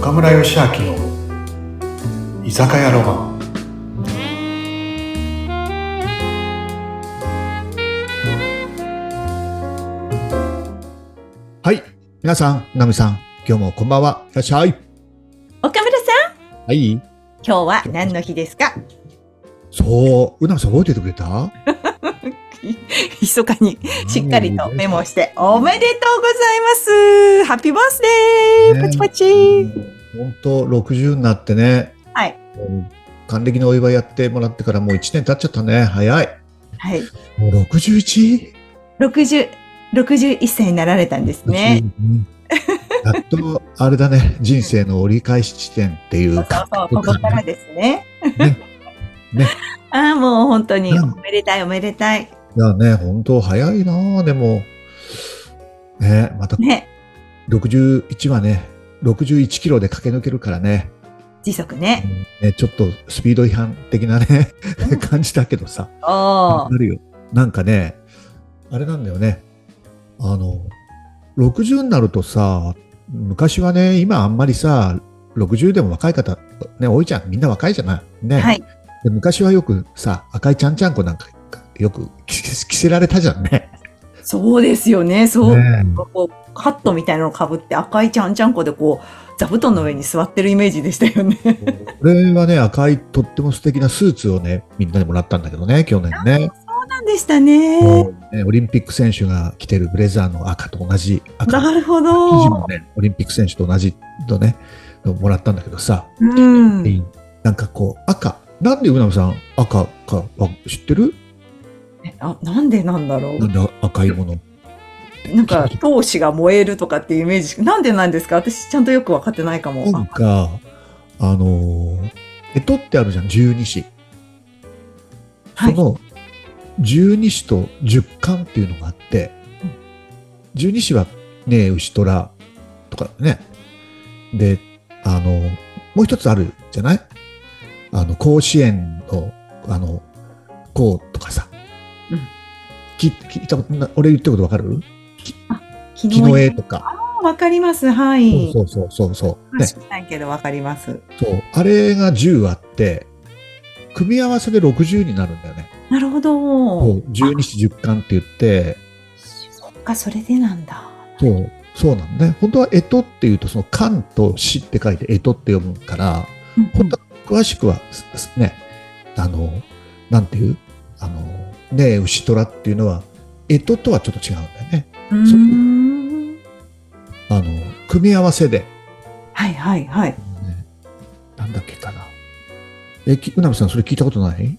岡村義明の居酒屋ロマンはい。皆さん、ナミさん、今日もこんばんは。いらっしゃい。岡村さん、はい。今日は何の日です かそう、うなみさん覚えててくれた密かにしっかりとメモして、おめでとうございますハッピーバースデねーパチパチ本当60になってね。はいうん。還暦のお祝いやってもらってからもう1年経っちゃったね。早い。はい。もう 61? 60、61歳になられたんですね。うん。やっと、あれだね、人生の折り返し地点っていそううそうか。そう、ここからですね。ねね ああ、もう本当に、うんおめでたいおめでたい。いやね、本当早いなでも。ね、またね。 61はね、61キロで駆け抜けるからね。時速ね。ね、ちょっとスピード違反的なね、感じだけどさ、おなお。るよ。なんかね、あれなんだよね。あの、60になるとさ、昔はね、今あんまりさ、60でも若い方、ね、多いじゃん。みんな若いじゃない。ね。はい。で昔はよくさ、赤いちゃんちゃんこなんか、よく着着せられたじゃんね。そうですよね。そう。ねこうハットみたいなのをかぶって赤いちゃんちゃんこでこう座布団の上に座ってるイメージでした よね。これはね、赤いとっても素敵なスーツをね、みんなにもらったんだけどね、去年ね。そうなんでしたね。ねオリンピック選手が着てるブレザーの赤と同じ赤。なるほ生地ども。ね、オリンピック選手と同じのね、のもらったんだけどさ、うん。なんかこう、赤。なんでうなみさん、赤か、あ知ってるえあ、なんでなんだろなんで赤いもの。う。なんか、闘志が燃えるとかっていうイメージしか。なんでなんですか私ちゃんとよくわかってないかも。なんか、あのー、えとってあるじゃん、十二支。はいその、十二支と十巻っていうのがあってうん、十二支は、ね、牛虎とかね。で、あのー、もう一つあるじゃないあの、甲子園の、あの、こうとかさ。うん聞聞いたことな、俺言ってることわかる昨木の絵ととか。わかります。はい。そうそうそうそう。ね知らないけどわかります。そう。あれが10あって、組み合わせで60になるんだよね。なるほそど。う。12子10巻って言って、そっか、それでなんだ。そう。そうなんだね。本当は、えとっていうと、その、巻と死って書いて、えとって読むから、うん本当は詳しくは、すすね、あの、なんていうあの、ねえ、牛虎っていうのは、えととはちょっと違うんだよね。うーん。あの、組み合わせで、はいはいはい。ねなんだっけかな。え、きうなみさん、それ聞いたことない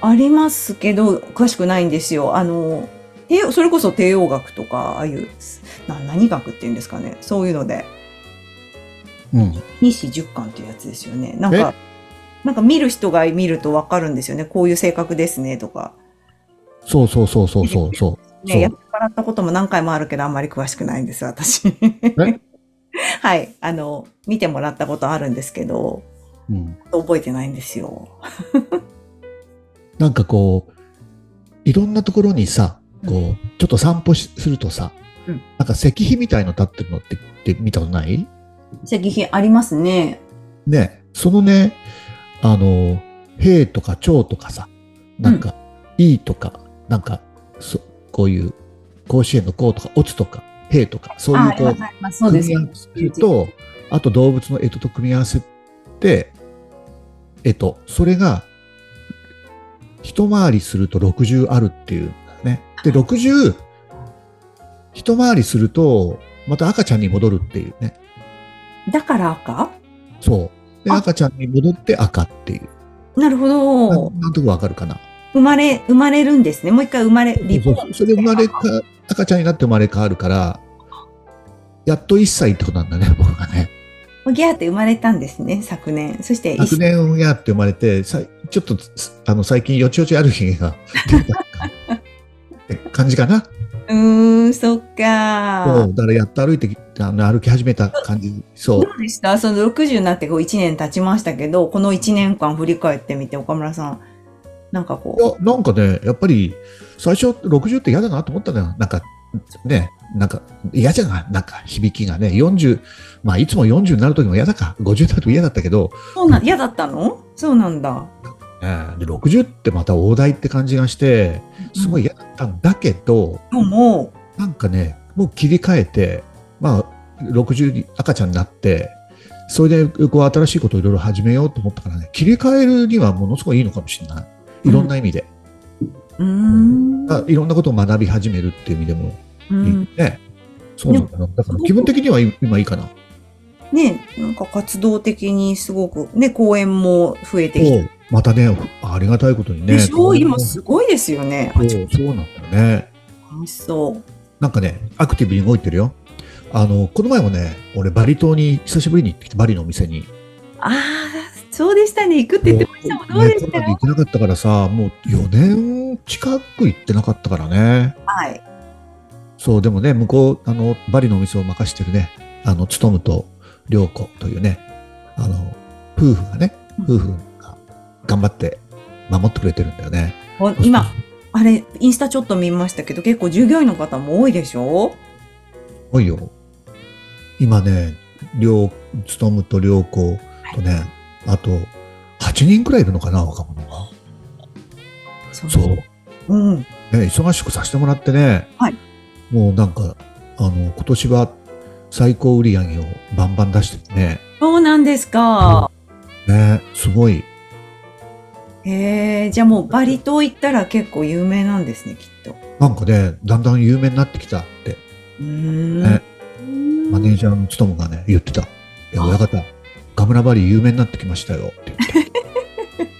ありますけど、詳しくないんですよ。あの、帝王それこそ帝王学とか、ああいう、な何学っていうんですかね。そういうので、うん。二子十巻っていうやつですよね。なんか、なんか見る人が見るとわかるんですよね。こういう性格ですね、とか。そうそうそうそうそうそう。そうね、やってもらったことも何回もあるけど、あんまり詳しくないんです、私。 はい。あの、見てもらったことあるんですけど、うん、覚えてないんですよ。なんかこう、いろんなところにさ、こう、ちょっと散歩しするとさ、うんなんか石碑みたいの立ってるのってって見たことない石碑ありますね。ね、そのね、あの、兵とか長とかさ、なんか、いいとか、なんか、そこういう、甲子園のこうとか、オツとか、兵とか、そういうこう、い、そ組み合わせと、あと動物の干支と組み合わせて、えっと、それが、一回りすると60あるっていうんだね。で、60、一回りすると、また赤ちゃんに戻るっていうね。だから赤そう。で、あ赤ちゃんに戻って赤っていう。なるほなど。なんとなくわかるかな。生まれ、生まれるんですね。もう一回生まれ、リそボうそーうン。それで生まれか、赤ちゃんになって生まれ変わるから、やっと1歳ってことなんだね、僕がね。ギャーって生まれたんですね、昨年。そして、昨年うやって生まれて、さいちょっとすあの最近よちよちある日が出たって感じかな。うーん、そっそか。うだからやっと歩いてきあの歩き始めた感じ。そどう。うでしたその60になってこう1年経ちましたけど、この1年間振り返ってみて、岡村さん、なんかこいやなんかね、やっぱり最初60って嫌だなと思ったのよ。なんかね、なんか嫌じゃないなんか響きがね、40、まあいつも40になる時も嫌だか、50になる時も嫌だったけど、そうなん嫌だったのそうなんだ。えーで60ってまた大台って感じがして、すごい嫌だったんだけど、もうもなんかね、もう切り替えて、まあ、60に赤ちゃんになって、それでこう新しいことをいろいろ始めようと思ったからね、切り替えるにはものすごいいいのかもしれない。いろんな意味で。う、うーん。あいろんなことを学び始めるっていう意味でもういいん、ね。そうなんだな。だから気分的には今いいかな。ねなんか活動的にすごく、ね、公演も増えてきて。おうまたね、ありがたいことにね。でしょ今そすごいですよね。うそうなんだよね。楽しそう。なんかね、アクティブに動いてるよ。あの、この前もね、俺バリ島に久しぶりに行ってきて、バリのお店に。ああ、そうでしたね。行くって言ってましたもん。どうでしねコたロナでよ行。けなかったからさ、もう4年近く行ってなかったからね。はい。そう、でもね、向こう、あの、バリのお店を任してるね、あの、つとむと涼子というね、あの、夫婦がね、夫婦が頑張って守ってくれてるんだよね。ほん今、あれ、インスタちょっと見ましたけど、結構従業員の方も多いでしょおいよ。今ね、りょう、つとむとりょうことね、あと、8人くらいいるのかな、若者が。そそう。ね、うん。忙しくさせてもらってね、はいもうなんか、あの、今年は最高売り上げをバンバン出しててね、そうなんですか。ね、すごい。へえ、じゃあもうバリ島行ったら結構有名なんですね、きっと。なんかね、だんだん有名になってきたって、うーん。ねマネージジャーのつとむがね、言ってた。いや、あ親方、ガムラバリ有名になってきましたよって言って。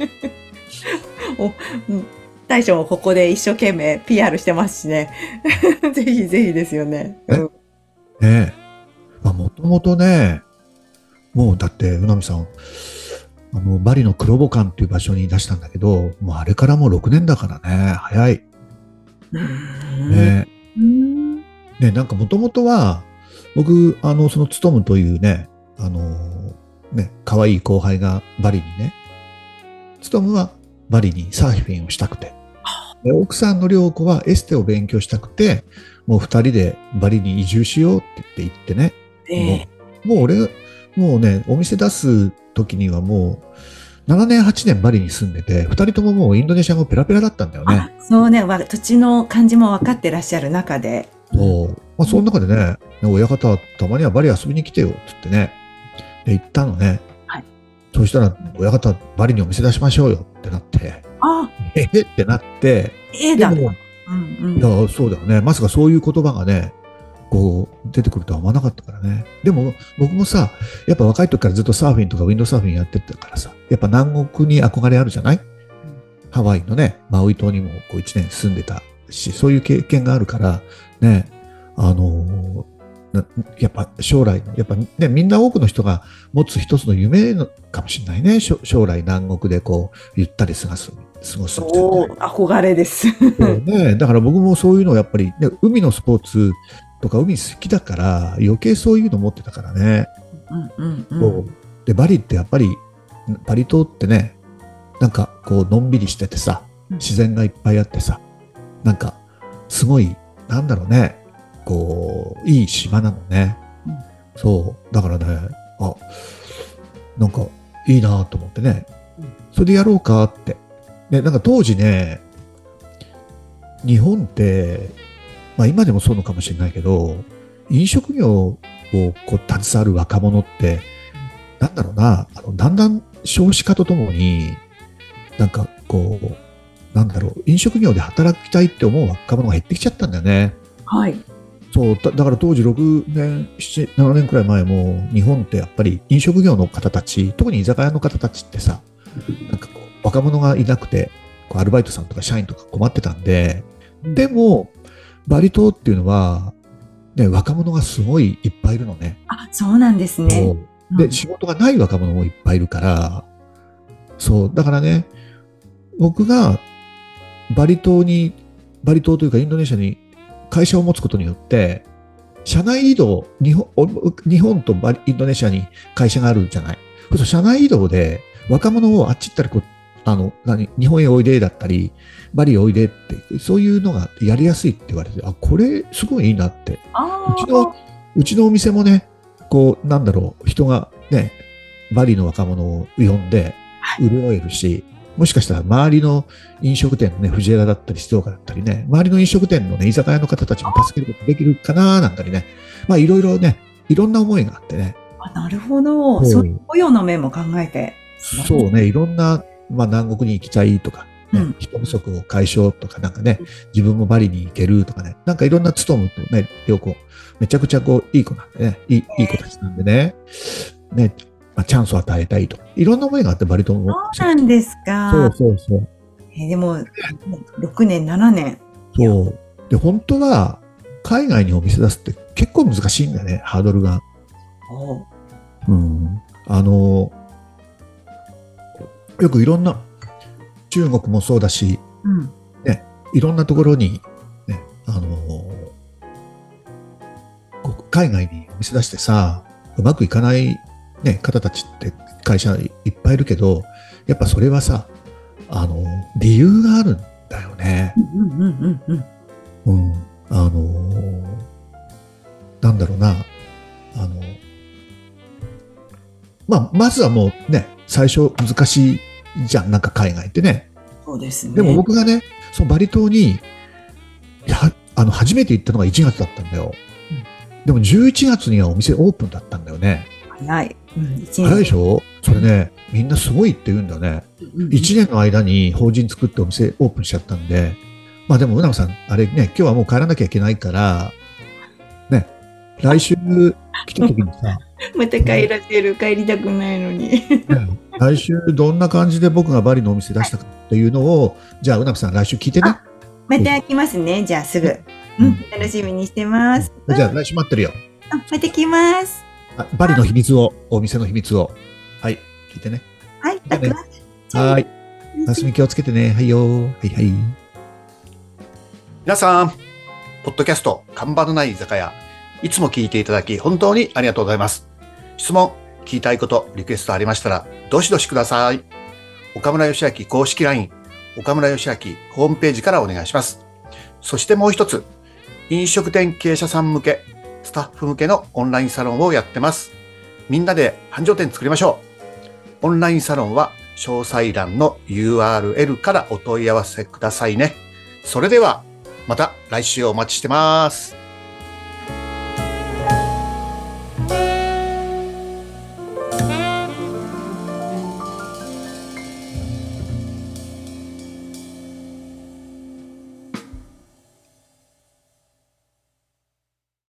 大将もここで一生懸命 PR してますしね。 ぜひぜひですよね。えうんねえ。まあ、もともとね、もうだって、うなみさん、あの、バリのクロボ館っていう場所に出したんだけど、もうあれからもう6年だからね、早い。ねうーんえ。ねえなんかもともとは、僕、あの、その、つとむというね、あの、ね、可愛い後輩がバリにね、つとむはバリにサーフィンをしたくて、で奥さんの良子はエステを勉強したくて、もう二人でバリに移住しようって言って行ってね、ねもうもう俺、もうね、お店出す時にはもう、7年、8年バリに住んでて、2人とももうインドネシア語ペラペラだったんだよあね。そうね、わ土地の感じも分かってらっしゃる中で。そう。まあ、その中でね、親方、たまにはバリ遊びに来てよ、って言ってね。で、行ったのね。はいそうしたら、親方、バリにお店出しましょうよってなって、あ、えへってなって、ええでだ。も、うんうんいや、そうだよね。まさかそういう言葉がね、こう、出てくるとは思わなかったからね。でも、僕もさ、やっぱ若い時からずっとサーフィンとかウィンドサーフィンやってたからさ、やっぱ南国に憧れあるじゃないハワイのね、マウイ島にもこう1年住んでたし、そういう経験があるから、ね、あのーなやっぱ将来の、やっぱね、みんな多くの人が持つ一つの夢のかもしれないね。しょ将来南国でこう、ゆったり過ごす、過ごすっていうのはねそう、憧 れです。そうね、だから僕もそういうのをやっぱり、ね、海のスポーツとか海好きだから余計そういうの持ってたからね、うんうんうこん。うでバリってやっぱりバリ島ってねなんかこうのんびりしててさうん自然がいっぱいあってさなんかすごいなんだろうねこういい島なのね、うんそうだからねあなんかいいなと思ってねうんそれでやろうかってでなんか当時ね日本って、まあ、今でもそうのかもしれないけど飲食業をこう携わる若者ってなんだろうなあのだんだん少子化とともになんかこうなんだろう飲食業で働きたいって思う若者が減ってきちゃったんだよね。はい。そうだだから当時6年7 7年くらい前も日本ってやっぱり飲食業の方たち特に居酒屋の方たちってさなんかこう若者がいなくてこうアルバイトさんとか社員とか困ってたんででもバリ島っていうのは、ね、若者がすごいいっぱいいるのね。あ、そうなんですね。そうで仕事がない若者もいっぱいいるからそうだからね僕がバリ島にバリ島というかインドネシアに会社を持つことによって社内移動日本お日本とバリインドネシアに会社があるじゃないそうすると社内移動で若者をあっち行ったりこあの、何、日本へおいでだったり、バリへおいでって、そういうのがやりやすいって言われて、あ、これすごいいいなって。あうちの、うちのお店もね、こう、なんだろう、人がね、バリの若者を呼んで、潤えるし、もしかしたら周りの飲食店のね、藤枝だったり静岡だったりね、周りの飲食店のね、居酒屋の方たちも助けることできるかななんかにね、まあいろいろね、いろんな思いがあってね、あなるほど。そうそういう雇用の面も考えて。そうね、いろんな、まあ、南国に行きたいとか、ねうん人不足を解消とか、なんかねうん、自分もバリに行けるとかね、なんかいろんな勤むとね、良子、めちゃくちゃこう、いい子なんでね、いいいい子たちなんでね、ね、まあ、チャンスを与えたいと。いろんな思いがあって、バリ島も。そうなんですそうか。そうそう。えーでも、6年、7年。そう。で、本当は、海外にお店出すって結構難しいんだよね、ハードルが。おううんあの、よくいろんな、中国もそうだし、うん。いろんなところに、ね、あのーこう海外にお店出してさ、うまくいかない、ね、方たちって会社いっぱいいるけど、やっぱそれはさ、あのー理由があるんだよね。うんうんうんうんうん。うん。あのーなんだろうな、あのーまあ、まずはもうね、最初難しいじゃん、なんか海外ってね。そうですね。でも僕がね、そのバリ島に、やあの、初めて行ったのが1月だったんだよ。でも11月にはお店オープンだったんだよね。早い。うん、一早いでしょそれね、みんなすごいって言うんだよね。うん1年の間に法人作ってお店オープンしちゃったんで、まあでも、うなさん、あれね、今日はもう帰らなきゃいけないから、ね、来週来た時に さ、また帰らせる、帰りたくないのに。ね来週どんな感じで僕がバリのお店出したかっていうのを、じゃあ、うなさん来週聞いてね。 また来ますね、じゃあすぐ。うん、楽しみにしてます。じゃあ来週待ってるよ。あまた来ます。あバリの秘密を、お店の秘密を。はい、聞いてね。はい、じゃあね楽ははーい。い夏み気をつけてね。はいよー。はいはい。皆さん、ポッドキャスト、看板のない居酒屋、いつも聞いていただき、本当にありがとうございます。質問、聞きたいこと、リクエストありましたら、どしどしください。岡村義明公式 LINE、岡村義明ホームページからお願いします。そしてもう一つ、飲食店経営者さん向け、スタッフ向けのオンラインサロンをやってます。みんなで繁盛店作りましょう。オンラインサロンは、詳細欄の URL からお問い合わせくださいね。それでは、また来週お待ちしてます。